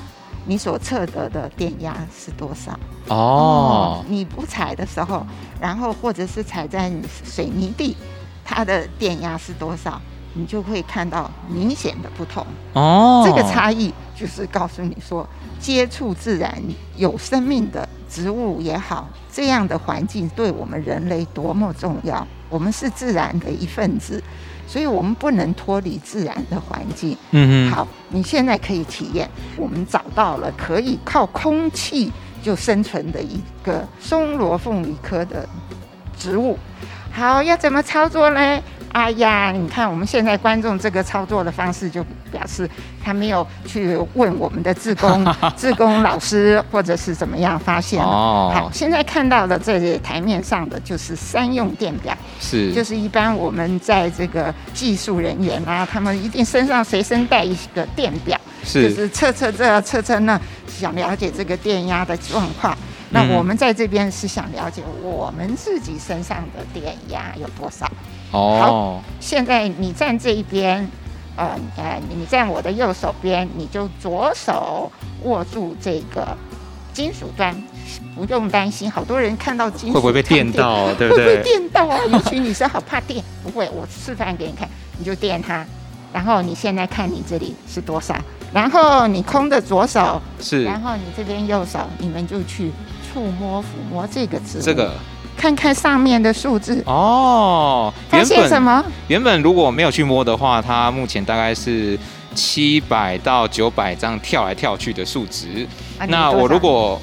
Speaker 6: 你所测得的电压是多少？
Speaker 2: 哦，
Speaker 6: 你不踩的时候，然后或者是踩在水泥地，它的电压是多少？你就会看到明显的不同。
Speaker 2: 哦，
Speaker 6: 这个差异就是告诉你说，接触自然有生命的植物也好，这样的环境对我们人类多么重要。我们是自然的一份子，所以我们不能脱离自然的环境。
Speaker 2: 嗯哼，
Speaker 6: 好，你现在可以体验，我们找到了可以靠空气就生存的一个松萝凤梨科的植物。好，要怎么操作呢？哎呀，你看我们现在观众这个操作的方式，就表示他没有去问我们的 志工、志工老师或者是怎么样发现的。好，
Speaker 2: 哦，
Speaker 6: 现在看到的这些台面上的就是三用电表。
Speaker 2: 是，
Speaker 6: 就是是一般我们在这个技术人员啊，他们一定身上随身带一个电表，就是测测这测测那，想了解这个电压的状况。那
Speaker 2: 嗯
Speaker 6: 我们在这边是想了解我们自己身上的电压有多少。
Speaker 2: 哦，
Speaker 6: 现在你站这一边，呃呃，你站我的右手边，你就左手握住这个金属端，不用担心。好多人看到金属
Speaker 2: 会不会被
Speaker 6: 差
Speaker 2: 电到，对不
Speaker 6: 会不会
Speaker 2: 对？
Speaker 6: 电到啊？尤其女生好怕电，不会，我示范给你看，你就电它，然后你现在看你这里是多少，然后你空的左手，
Speaker 2: 是
Speaker 6: 然后你这边右手，你们就去触摸抚摸这个植物，
Speaker 2: 这个
Speaker 6: 看看上面的数字，
Speaker 2: 哦，
Speaker 6: 发
Speaker 2: 原
Speaker 6: 现
Speaker 2: 本
Speaker 6: 嗯什么？啊
Speaker 2: 原本如果没有去摸的话，它目前大概是七百到九百这样跳来跳去的数值。
Speaker 6: 啊
Speaker 2: 那我如果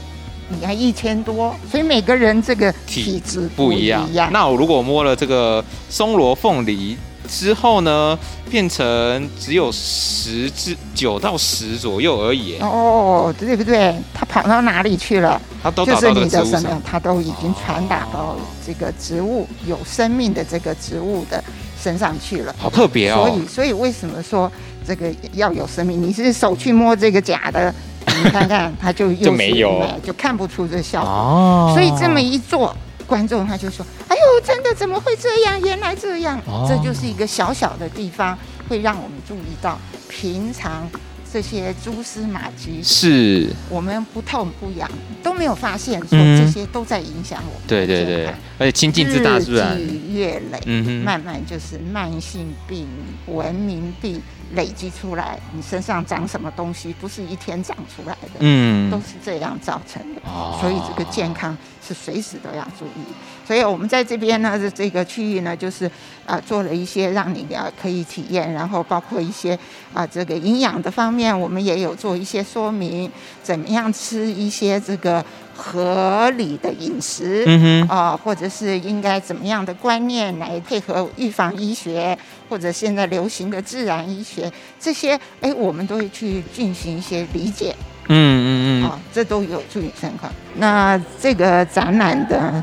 Speaker 6: 你还一千多，所以每个人这个
Speaker 2: 体
Speaker 6: 体质
Speaker 2: 不一样，那我如果摸了这个松萝凤梨之后呢，变成只有十至九到十左右而已，
Speaker 6: 哦，对不对？他跑到哪里去了？
Speaker 2: 它都
Speaker 6: 就
Speaker 2: 找
Speaker 6: 是
Speaker 2: 到这
Speaker 6: 你
Speaker 2: 个
Speaker 6: 的
Speaker 2: 植物
Speaker 6: 什
Speaker 2: 上
Speaker 6: 么。，它都已经传达到
Speaker 2: 哦
Speaker 6: 这个植物有生命的这个植物的身上去了。
Speaker 2: 好特别
Speaker 6: 所
Speaker 2: 哦
Speaker 6: 以，！所以为什么说这个要有生命？你是手去摸这个假的，你看看它就又
Speaker 2: 就是没有
Speaker 6: 了就看不出这效果。
Speaker 2: 哦
Speaker 6: 所以这么一做，观众他就说：“哎呦，真的怎么会这样？原来这样。
Speaker 2: 哦
Speaker 6: 这就是一个小小的地方，会让我们注意到平常这些蛛丝马迹，
Speaker 2: 是，
Speaker 6: 我们不痛不痒都没有发现，说
Speaker 2: 嗯
Speaker 6: 这些都在影响我们
Speaker 2: 对
Speaker 6: 的健康。
Speaker 2: 对对，而且亲近之大自然
Speaker 6: 日，积月累，
Speaker 2: 嗯哼
Speaker 6: 慢慢就是慢性病、文明病累积出来，你身上长什么东西，不是一天长出来的，都
Speaker 2: 嗯，
Speaker 6: 是这样造成的。
Speaker 2: 哦
Speaker 6: 所以这个健康是随时都要注意。所以我们在这边呢，这这个区域呢，就是啊、呃做了一些让你啊可以体验，然后包括一些啊、这个营养的方面，我们也有做一些说明，怎么样吃一些这个合理的饮食。
Speaker 2: 嗯哼，
Speaker 6: 啊、或者是应该怎么样的观念来配合预防医学，或者现在流行的自然医学，这些哎，我们都会去进行一些理解。
Speaker 2: 嗯嗯嗯，
Speaker 6: 啊，这都有助于健康。那这个展览的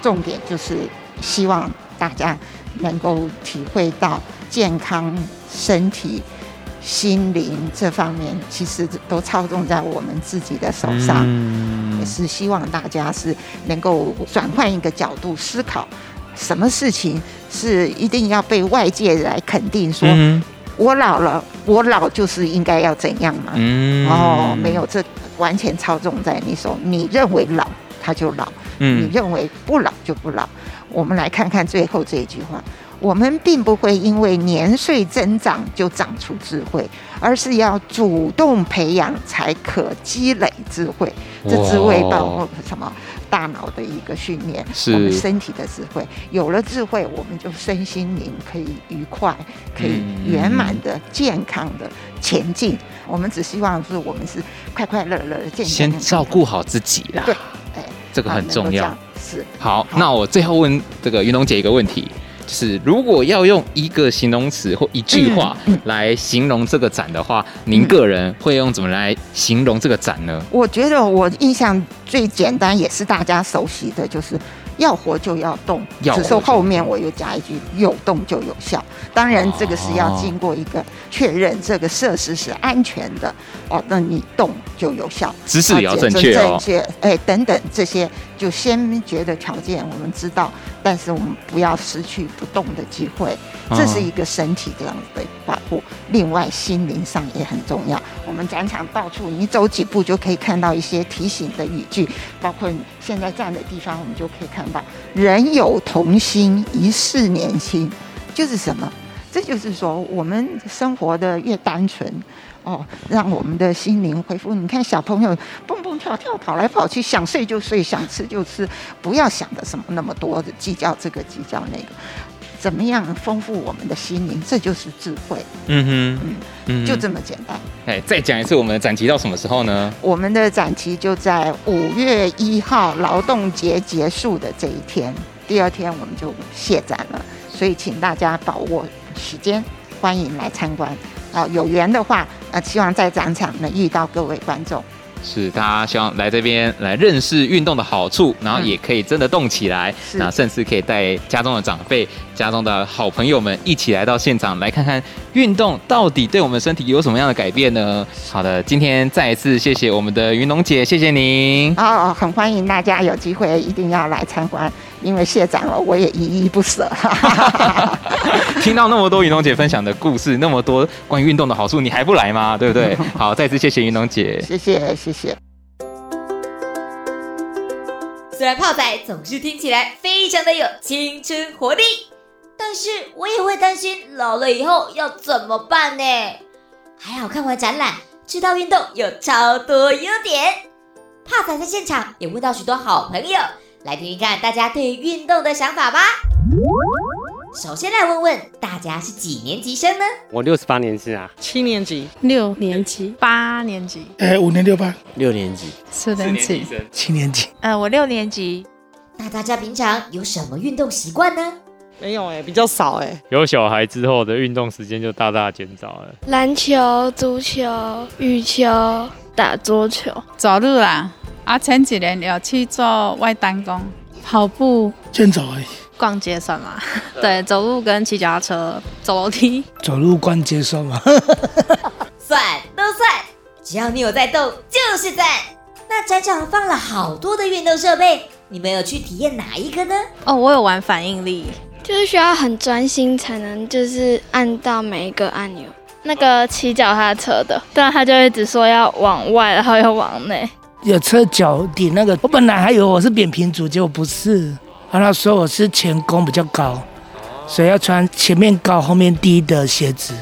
Speaker 6: 重点就是希望大家能够体会到健康身体。心灵这方面其实都操纵在我们自己的手
Speaker 2: 嗯
Speaker 6: 上，也是希望大家是能够转换一个角度思考，什么事情是一定要被外界来肯定说，
Speaker 2: 嗯
Speaker 6: 我老了，我老就是应该要怎样嘛？
Speaker 2: 嗯
Speaker 6: 哦，没，有，这完全操纵在你手。你认为老，他就老；你
Speaker 2: 嗯，
Speaker 6: 认为不老就不老。我们来看看最后这一句话：我们并不会因为年岁增长就长出智慧，而是要主动培养才可积累智慧。这智慧包括什么？大脑的一个训练，
Speaker 2: 是
Speaker 6: 我们身体的智慧。有了智慧，我们就身心灵可以愉快，可以圆满的、健康的前进。我们只希望是我们是快快乐乐的、健健康
Speaker 2: 先
Speaker 6: 康
Speaker 2: 照顾好自己啦，
Speaker 6: 对，哎，
Speaker 2: 这个
Speaker 6: 啊
Speaker 2: 很
Speaker 6: 能够
Speaker 2: 重
Speaker 6: 这
Speaker 2: 要
Speaker 6: 样。是
Speaker 2: 好，
Speaker 6: 好
Speaker 2: 那我最后问这个云龙姐一个问题，就是如果要用一个形容词或一句话
Speaker 6: 嗯
Speaker 2: 来形容这个展的话，您个人会用怎么来形容这个展呢？
Speaker 6: 我觉得我印象最简单也是大家熟悉的，就是要活就要动。
Speaker 2: 要活
Speaker 6: 只
Speaker 2: 就是
Speaker 6: 后面我又加一句，有动就有效。当然，这个是要经过一个确认，这个设施是安全的哦，那你动就有效。
Speaker 2: 姿势也要正确
Speaker 6: 正
Speaker 2: 哦。
Speaker 6: 确，哎，等等这些，就先决的条件我们知道，但是我们不要失去不动的机会，这是一个身体这样子的保护。另外，心灵上也很重要。我们展场到处你走几步就可以看到一些提醒的语句，包括你现在站的地方，我们就可以看到“人有同心，一世年轻”，就是什么？这这就是说，我们生活的越单纯，哦，让我们的心灵恢复。你看小朋友蹦蹦跳跳跑来跑去，想睡就睡，想吃就吃，不要想的什么那么多，计较这个计较那个。怎么样丰富我们的心灵？这就是智慧，
Speaker 2: 嗯哼，嗯哼
Speaker 6: 就这么简单。
Speaker 2: 哎，再讲一次我们的展期到什么时候呢？
Speaker 6: 我们的展期就在五月一号劳动节结束的这一天，第二天我们就卸展了，所以请大家把握时间，欢迎来参观。啊、有缘的话，呃，希望在展场能遇到各位观众。
Speaker 2: 是大家希望来这边来认识运动的好处，然
Speaker 3: 嗯
Speaker 2: 后也可以真的动起来，
Speaker 6: 是
Speaker 2: 那、甚至可以带家中的长辈、家中的好朋友们一起来到现场来看看运动到底对我们身体有什么样的改变呢？好的，今天再一次谢谢我们的云龙姐，谢谢您。
Speaker 6: 哦，很欢迎大家有机会一定要来参观，因为卸展了，我也依依不舍。
Speaker 2: 听到那么多云龙姐分享的故事，那么多关于运动的好处，你还不来吗？对不 对？好，再次谢谢云龙姐。
Speaker 6: 谢谢，谢谢。
Speaker 1: 虽然泡仔总是听起来非常的有青春活力，但是我也会担心老了以后要怎么办呢？还好看完展览，知道运动有超多优点。泡仔在现场也问到许多好朋友，来听听看大家对于运动的想法吧。首先来问问大家是几年级生呢？
Speaker 8: 我六十八年次啊，
Speaker 9: 七年级，
Speaker 10: 六年级、
Speaker 9: 八年级，
Speaker 11: 哎，五年六班，
Speaker 8: 六年级，
Speaker 10: 四年级，
Speaker 11: 七年级，
Speaker 9: 呃，我六年级，
Speaker 1: 那大家平常有什么运动习惯呢？
Speaker 9: 没有哎、比较少哎、
Speaker 12: 有小孩之后的运动时间就大大减少了。
Speaker 10: 篮球、足球、羽球、打桌球、
Speaker 9: 走路啦，啊，前几年有去做外单工，
Speaker 10: 跑步、
Speaker 11: 健走而已，
Speaker 9: 逛街算 吗？对，走路跟骑脚踏车，走楼梯。
Speaker 11: 走路逛街算吗？
Speaker 1: 算都算，只要你有在动就是赞。那展场放了好多的运动设备，你们有去体验哪一个呢？
Speaker 9: 哦，我有玩反应力，
Speaker 10: 就是需要很专心才能就是按到每一个按钮。那个骑脚踏车的，
Speaker 9: 啊
Speaker 10: 但他就一直说要往外，然后又往内。
Speaker 11: 有车脚底那个，我本来还以为我是扁平足，结果不是，然后他说我是前弓比较高，所以要穿前面高后面低的鞋子。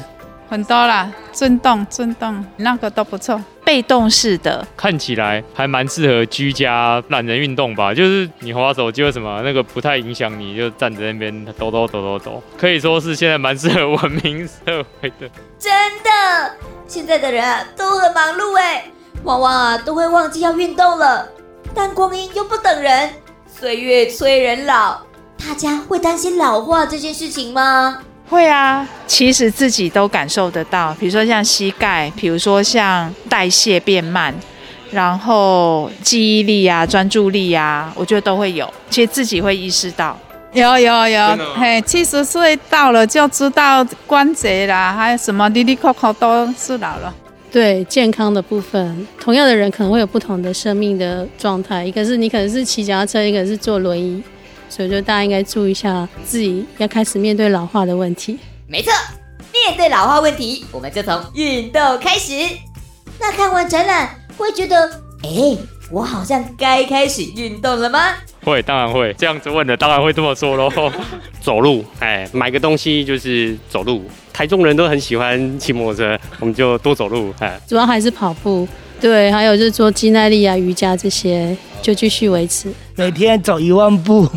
Speaker 9: 很多啦，尊动尊动，那个都不错。被动式的，
Speaker 12: 看起来还蛮适合居家懒人运动吧，就是你滑手机或什么那个不太影响你，就站在那边抖抖抖抖抖，可以说是现在蛮适合文明社会的。
Speaker 1: 真的，现在的人啊都很忙碌哎，往往啊都会忘记要运动了。但光阴又不等人，岁月催人老，大家会担心老化这件事情吗？
Speaker 9: 会啊，其实自己都感受得到，比如说像膝盖，比如说像代谢变慢，然后记忆力啊、专注力啊，我觉得都会有。其实自己会意识到。有有有
Speaker 11: 哦
Speaker 2: 真的吗，
Speaker 9: 嘿，七十岁到了就知道关节啦，还有什么滴滴扣扣都是老了。
Speaker 10: 对健康的部分，同样的人可能会有不同的生命的状态，一个是你可能是骑脚踏车，一个是坐轮椅，所以就大家应该注意一
Speaker 11: 呃
Speaker 10: 下自己要开始面对老化的问题。
Speaker 1: 没错，面对老化问题，我们就从运动开始。那看完展览，会觉得，哎，我好像该开始运动了吗？
Speaker 12: 会，当然会，这样子问的，当然会这么说喽。
Speaker 13: 走路，哎，买个东西就是走路。台中人都很喜欢骑摩托车，我们就多走路，哎。
Speaker 10: 主要还是跑步，对，还有就是做肌耐力啊、瑜伽这些，就继续维持。
Speaker 11: 每天走一万步。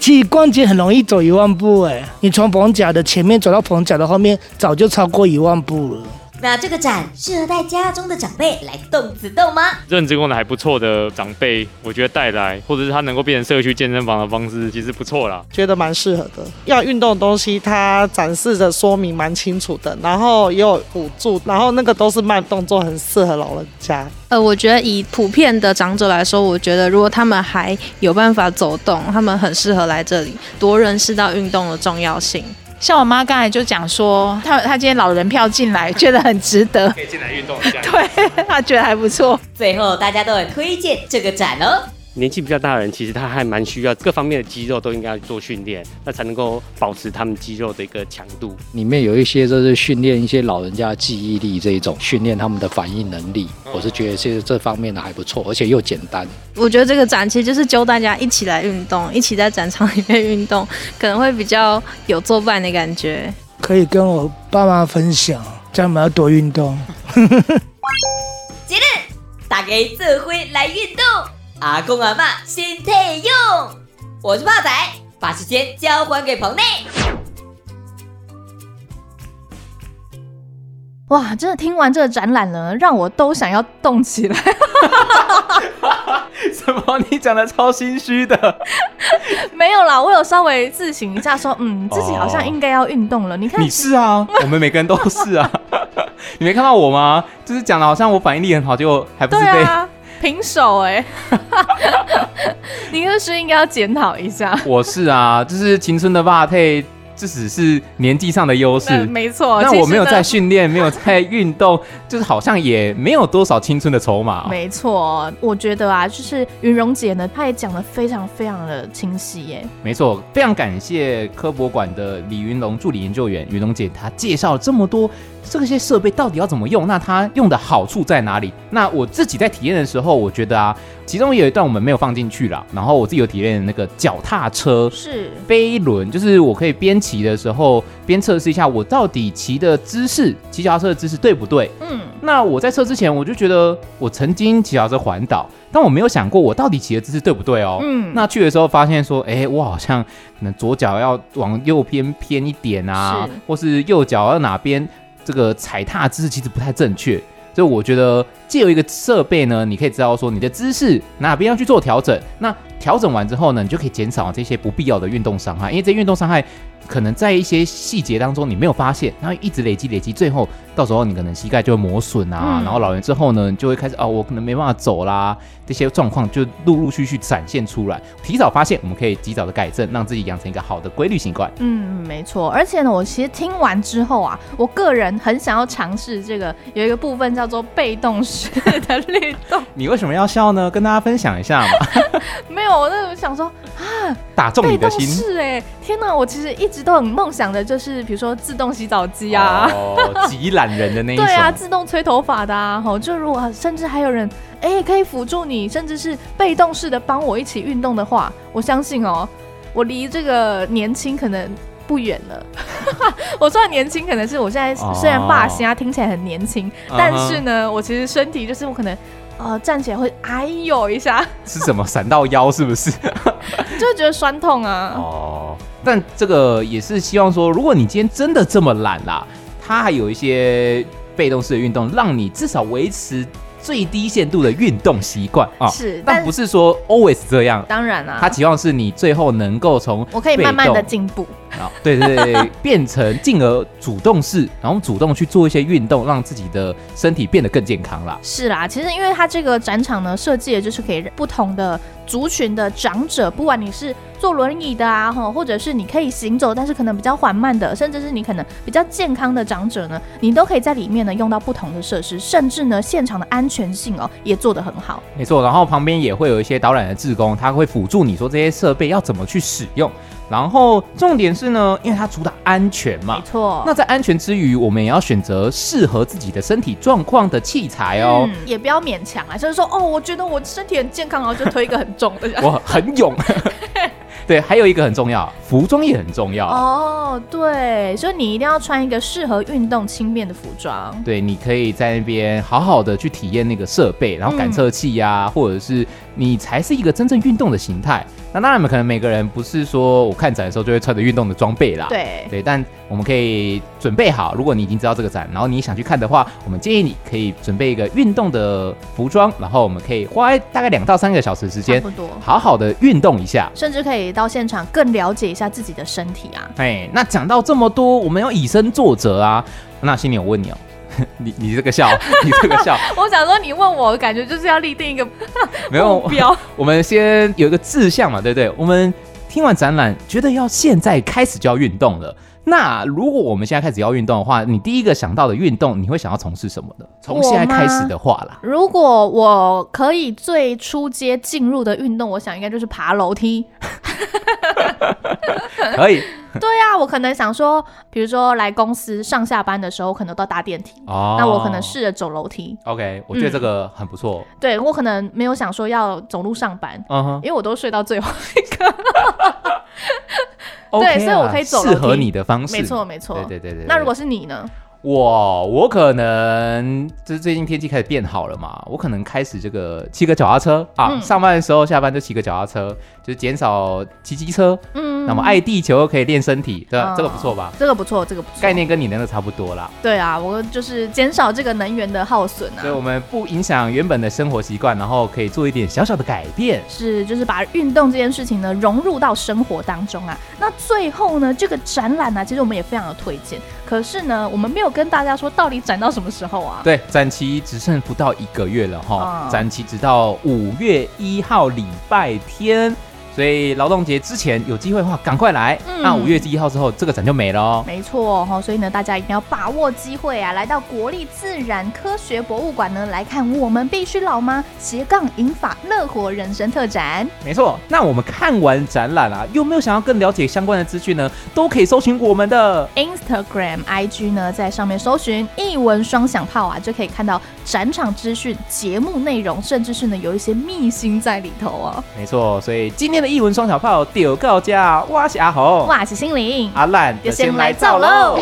Speaker 11: 其实逛街很容易走一万步哎，你从棚甲的前面走到棚甲的后面，早就超过一万步了。
Speaker 1: 那这个展适合带家中的长辈来动子动吗？
Speaker 12: 认知功能还不错的长辈，我觉得带来，或者是他能够变成社区健身房的方式，其实不错啦。
Speaker 9: 觉得蛮适合的。要运动的东西，它展示的说明蛮清楚的，然后也有辅助，然后那个都是慢动作，很适合老人家。
Speaker 10: 呃，我觉得以普遍的长者来说，我觉得如果他们还有办法走动，他们很适合来这里，多认识到运动的重要性。
Speaker 9: 像我妈刚才就讲说，她她今天老人票进来，觉得很值得，
Speaker 12: 可以进来运动一下。
Speaker 9: 对她觉得还不错。
Speaker 1: 最后，大家都很推荐这个展哦。
Speaker 13: 年纪比较大的人，其实他还蛮需要各方面的肌肉都应该要做训练，那才能够保持他们肌肉的一个强度。
Speaker 14: 里面有一些就是训练一些老人家的记忆力这一种，训练他们的反应能力。我是觉得这这方面的还不错，而且又简单。
Speaker 10: 我觉得这个展期就是揪大家一起来运动，一起在展场里面运动，可能会比较有作伴的感觉。
Speaker 7: 可以跟我爸妈分享，叫他们要多运动。
Speaker 1: 结论：大家这回来运动，阿公阿妈先退用。我是胖仔，把时间交还给棚内。
Speaker 3: 哇，真的听完这个展览呢，让我都想要动起来。
Speaker 2: 什么？你讲的超心虚的。
Speaker 3: 没有啦，我有稍微自省一下说，嗯，自己好像
Speaker 2: 哦
Speaker 3: 应该要运动了。你看，
Speaker 2: 你是啊，我们每个人都是啊。你没看到我吗？就是讲的好像我反应力很好，结果还不是
Speaker 3: 对
Speaker 2: 被、
Speaker 3: 啊，平手 哎、你是不是应该要检讨一下？
Speaker 2: 我是啊，就是青春的霸退，这只是年纪上的优势
Speaker 3: 嗯，。没错。
Speaker 2: 那
Speaker 3: 其
Speaker 2: 我
Speaker 3: 实
Speaker 2: 没有
Speaker 3: 呢
Speaker 2: 在训练，没有在运动， 就是好像也没有多少青春的筹码哦、
Speaker 3: 没错，我觉得啊，就是云蓉姐呢，她也讲的非常非常的清晰耶。
Speaker 2: 没错，非常感谢科博馆的李云龙助理研究员云龙姐，她介绍了这么多这些设备到底要怎么用，那它用的好处在哪里？那我自己在体验的时候，我觉得啊，其中有一段我们没有放进去啦，然后我自己有体验那个脚踏车
Speaker 3: 是
Speaker 2: 飞轮，就是我可以边骑的时候边测试一下我到底骑的姿势，骑脚踏车的姿势对不对？
Speaker 3: 嗯，
Speaker 2: 那我在测之前，我就觉得我曾经骑脚踏车环岛，但我没有想过我到底骑的姿势对不对哦。
Speaker 3: 嗯
Speaker 2: 那去的时候发现说，哎、我好像可能左脚要往右边偏一点啊
Speaker 3: 是，
Speaker 2: 或是右脚要哪边这个踩踏姿势其实不太正确。所以我觉得借由一个设备呢，你可以知道说你的姿势哪边要去做调整。那调整完之后呢，你就可以减少这些不必要的运动伤害，因为这些运动伤害可能在一些细节当中你没有发现，然后一直累积累积，最后到时候你可能膝盖就会磨损啊，
Speaker 3: 嗯
Speaker 2: 然后老人之后呢，你就会开始哦，我可能没办法走啦，这些状况就陆陆续续展现出来。提早发现，我们可以及早的改正，让自己养成一个好的规律习惯。
Speaker 3: 嗯，没错。而且呢，我其实听完之后啊，我个人很想要尝试这个有一个部分叫做被动式的律动。
Speaker 2: 你为什么要笑呢？跟大家分享一下嘛，
Speaker 3: 没有，我那时候想说，
Speaker 2: 打中
Speaker 3: 被
Speaker 2: 你的
Speaker 3: 动
Speaker 2: 心。
Speaker 3: 式哎、天哪！我其实一直都很梦想的，就是比如说自动洗澡机啊。
Speaker 2: 哦，极懒人的那一 种。
Speaker 3: 对啊，自动吹头发的啊，吼，就如果甚至还有人，哎、可以辅助你，甚至是被动式的帮我一起运动的话，我相信哦，我离这个年轻可能不远了。 我说的年轻，可能是我现在
Speaker 15: 哦
Speaker 3: 虽然发型啊听起来很年轻，
Speaker 2: 嗯哼
Speaker 3: 但是呢，我其实身体就是我可能。呃，站起来会哎呦一下，
Speaker 2: 是什么？闪到腰是不是？
Speaker 3: 就会觉得酸痛啊。
Speaker 2: 哦，但这个也是希望说，如果你今天真的这么懒啦，它还有一些被动式的运动，让你至少维持最低限度的运动习惯啊。
Speaker 3: 是但
Speaker 2: 但不是说 always 这样。
Speaker 3: 当然啦、
Speaker 2: 它期望是你最后能够从
Speaker 3: 我可以慢慢
Speaker 2: 被
Speaker 3: 的
Speaker 2: 动
Speaker 3: 进步。
Speaker 2: 啊，对对对，变成进而主动式，然后主动去做一些运动，让自己的身体变得更健康啦。
Speaker 3: 是啦，其实因为它这个展场呢设计的就是可以让不同的族群的长者，不管你是坐轮椅的啊，吼，或者是你可以行走，但是可能比较缓慢的，甚至是你可能比较健康的长者呢，你都可以在里面呢用到不同的设施，甚至呢现场的安全性哦也做得很好。
Speaker 2: 没错，然后旁边也会有一些导览的志工，他会辅助你说这些设备要怎么去使用。然后重点是呢，因为它主打安全嘛，没
Speaker 3: 错
Speaker 2: 啊那在安全之余，我们也要选择适合自己的身体状况的器材哦。。
Speaker 3: 嗯，也不要勉强啊，就是说哦，我觉得我身体很健康，然后就推一个很重的
Speaker 2: 我很 勇，对，还有一个很重要，服装也很重要。
Speaker 3: 哦，对，所以你一定要穿一个适合运动轻便的服装。
Speaker 2: 对，你可以在那边好好的去体验那个设备，然后感测器呀、
Speaker 3: 嗯
Speaker 2: 或者是你才是一个真正运动的形态。那当然，可能每个人不是说我看展的时候就会穿着运动的装备啦。
Speaker 3: 对
Speaker 2: 对，但我们可以准备好，如果你已经知道这个展，然后你想去看的话，我们建议你可以准备一个运动的服装，然后我们可以花大概两到三个小时时间，
Speaker 3: 差不多
Speaker 2: 好好的运动一下。
Speaker 3: 甚至可以到现场更了解一下自己的身体啊。
Speaker 2: 哎，那讲到这么多，我们要以身作则啊。那心里我问你哦， 你你这个笑，你这个笑，
Speaker 3: 我想说，你问我，感觉就是要立定一个
Speaker 2: 没有
Speaker 3: 目 标。
Speaker 2: 我们先有一个志向嘛，对不对？我们听完展览，觉得要现在开始就要运动了。那如果我们现在开始要运动的话，你第一个想到的运动，你会想要从事什么呢？从现在开始的话 啦，
Speaker 3: 如果我可以最初阶进入的运动，我想应该就是爬楼梯。
Speaker 2: 可以
Speaker 3: 对啊，我可能想说，比如说来公司上下班的时候，可能都要搭电梯，
Speaker 2: 哦
Speaker 3: 那我可能试着走楼梯。
Speaker 2: OK，我觉得这个很不错。
Speaker 3: 对我可能没有想说要走路上班，
Speaker 2: 嗯哼
Speaker 3: 因为我都睡到最后一个。对，
Speaker 2: OK
Speaker 3: 所以我可以
Speaker 2: 啦
Speaker 3: 走楼
Speaker 2: 适合
Speaker 3: 梯
Speaker 2: 你的方式，
Speaker 3: 没错没错，
Speaker 2: 对对对对对
Speaker 3: 那如果是你呢？
Speaker 2: 我我可能就是最近天气开始变好了嘛，我可能开始这个骑个脚踏车啊，
Speaker 3: 嗯
Speaker 2: 上班的时候下班就骑个脚踏车，就是减少骑机车。
Speaker 3: 嗯
Speaker 2: 那么爱地球又可以练身体，对吧？
Speaker 3: 嗯
Speaker 2: 这个不错吧？
Speaker 3: 这个不错，这个不错。
Speaker 2: 概念跟你那个差不多啦。
Speaker 3: 对啊，我就是减少这个能源的耗损啊
Speaker 2: 所以，我们不影响原本的生活习惯，然后可以做一点小小的改变。
Speaker 3: 是就是把运动这件事情呢融入到生活当中啊。那最后呢，这个展览啊呢、其实我们也非常的推荐，可是呢，我们没有跟大家说到底展到什么时候啊？
Speaker 2: 对，展期只剩不到一个月了哈，
Speaker 3: 嗯
Speaker 2: 展期直到五月一号礼拜天，所以劳动节之前有机会的话赶快来。
Speaker 3: 嗯
Speaker 2: 那五月一号之后，这个展就没了哦。
Speaker 3: 没错哈、哦，所以呢，大家一定要把握机会啊，来到国立自然科学博物馆呢，来看我们必须老吗？斜杠银法乐活人生特展。
Speaker 2: 没错，那我们看完展览啊，有没有想要更了解相关的资讯呢？都可以搜寻我们的。
Speaker 3: Instagram、IG 呢，在上面搜寻“一文双响炮”啊，就可以看到展场资讯、节目内容，甚至是呢有一些秘辛在里头哦。
Speaker 2: 没错，所以今天的译文双小炮丢告家，我是阿红，
Speaker 3: 哇，是心灵，
Speaker 2: 阿烂，
Speaker 3: 就先来造喽。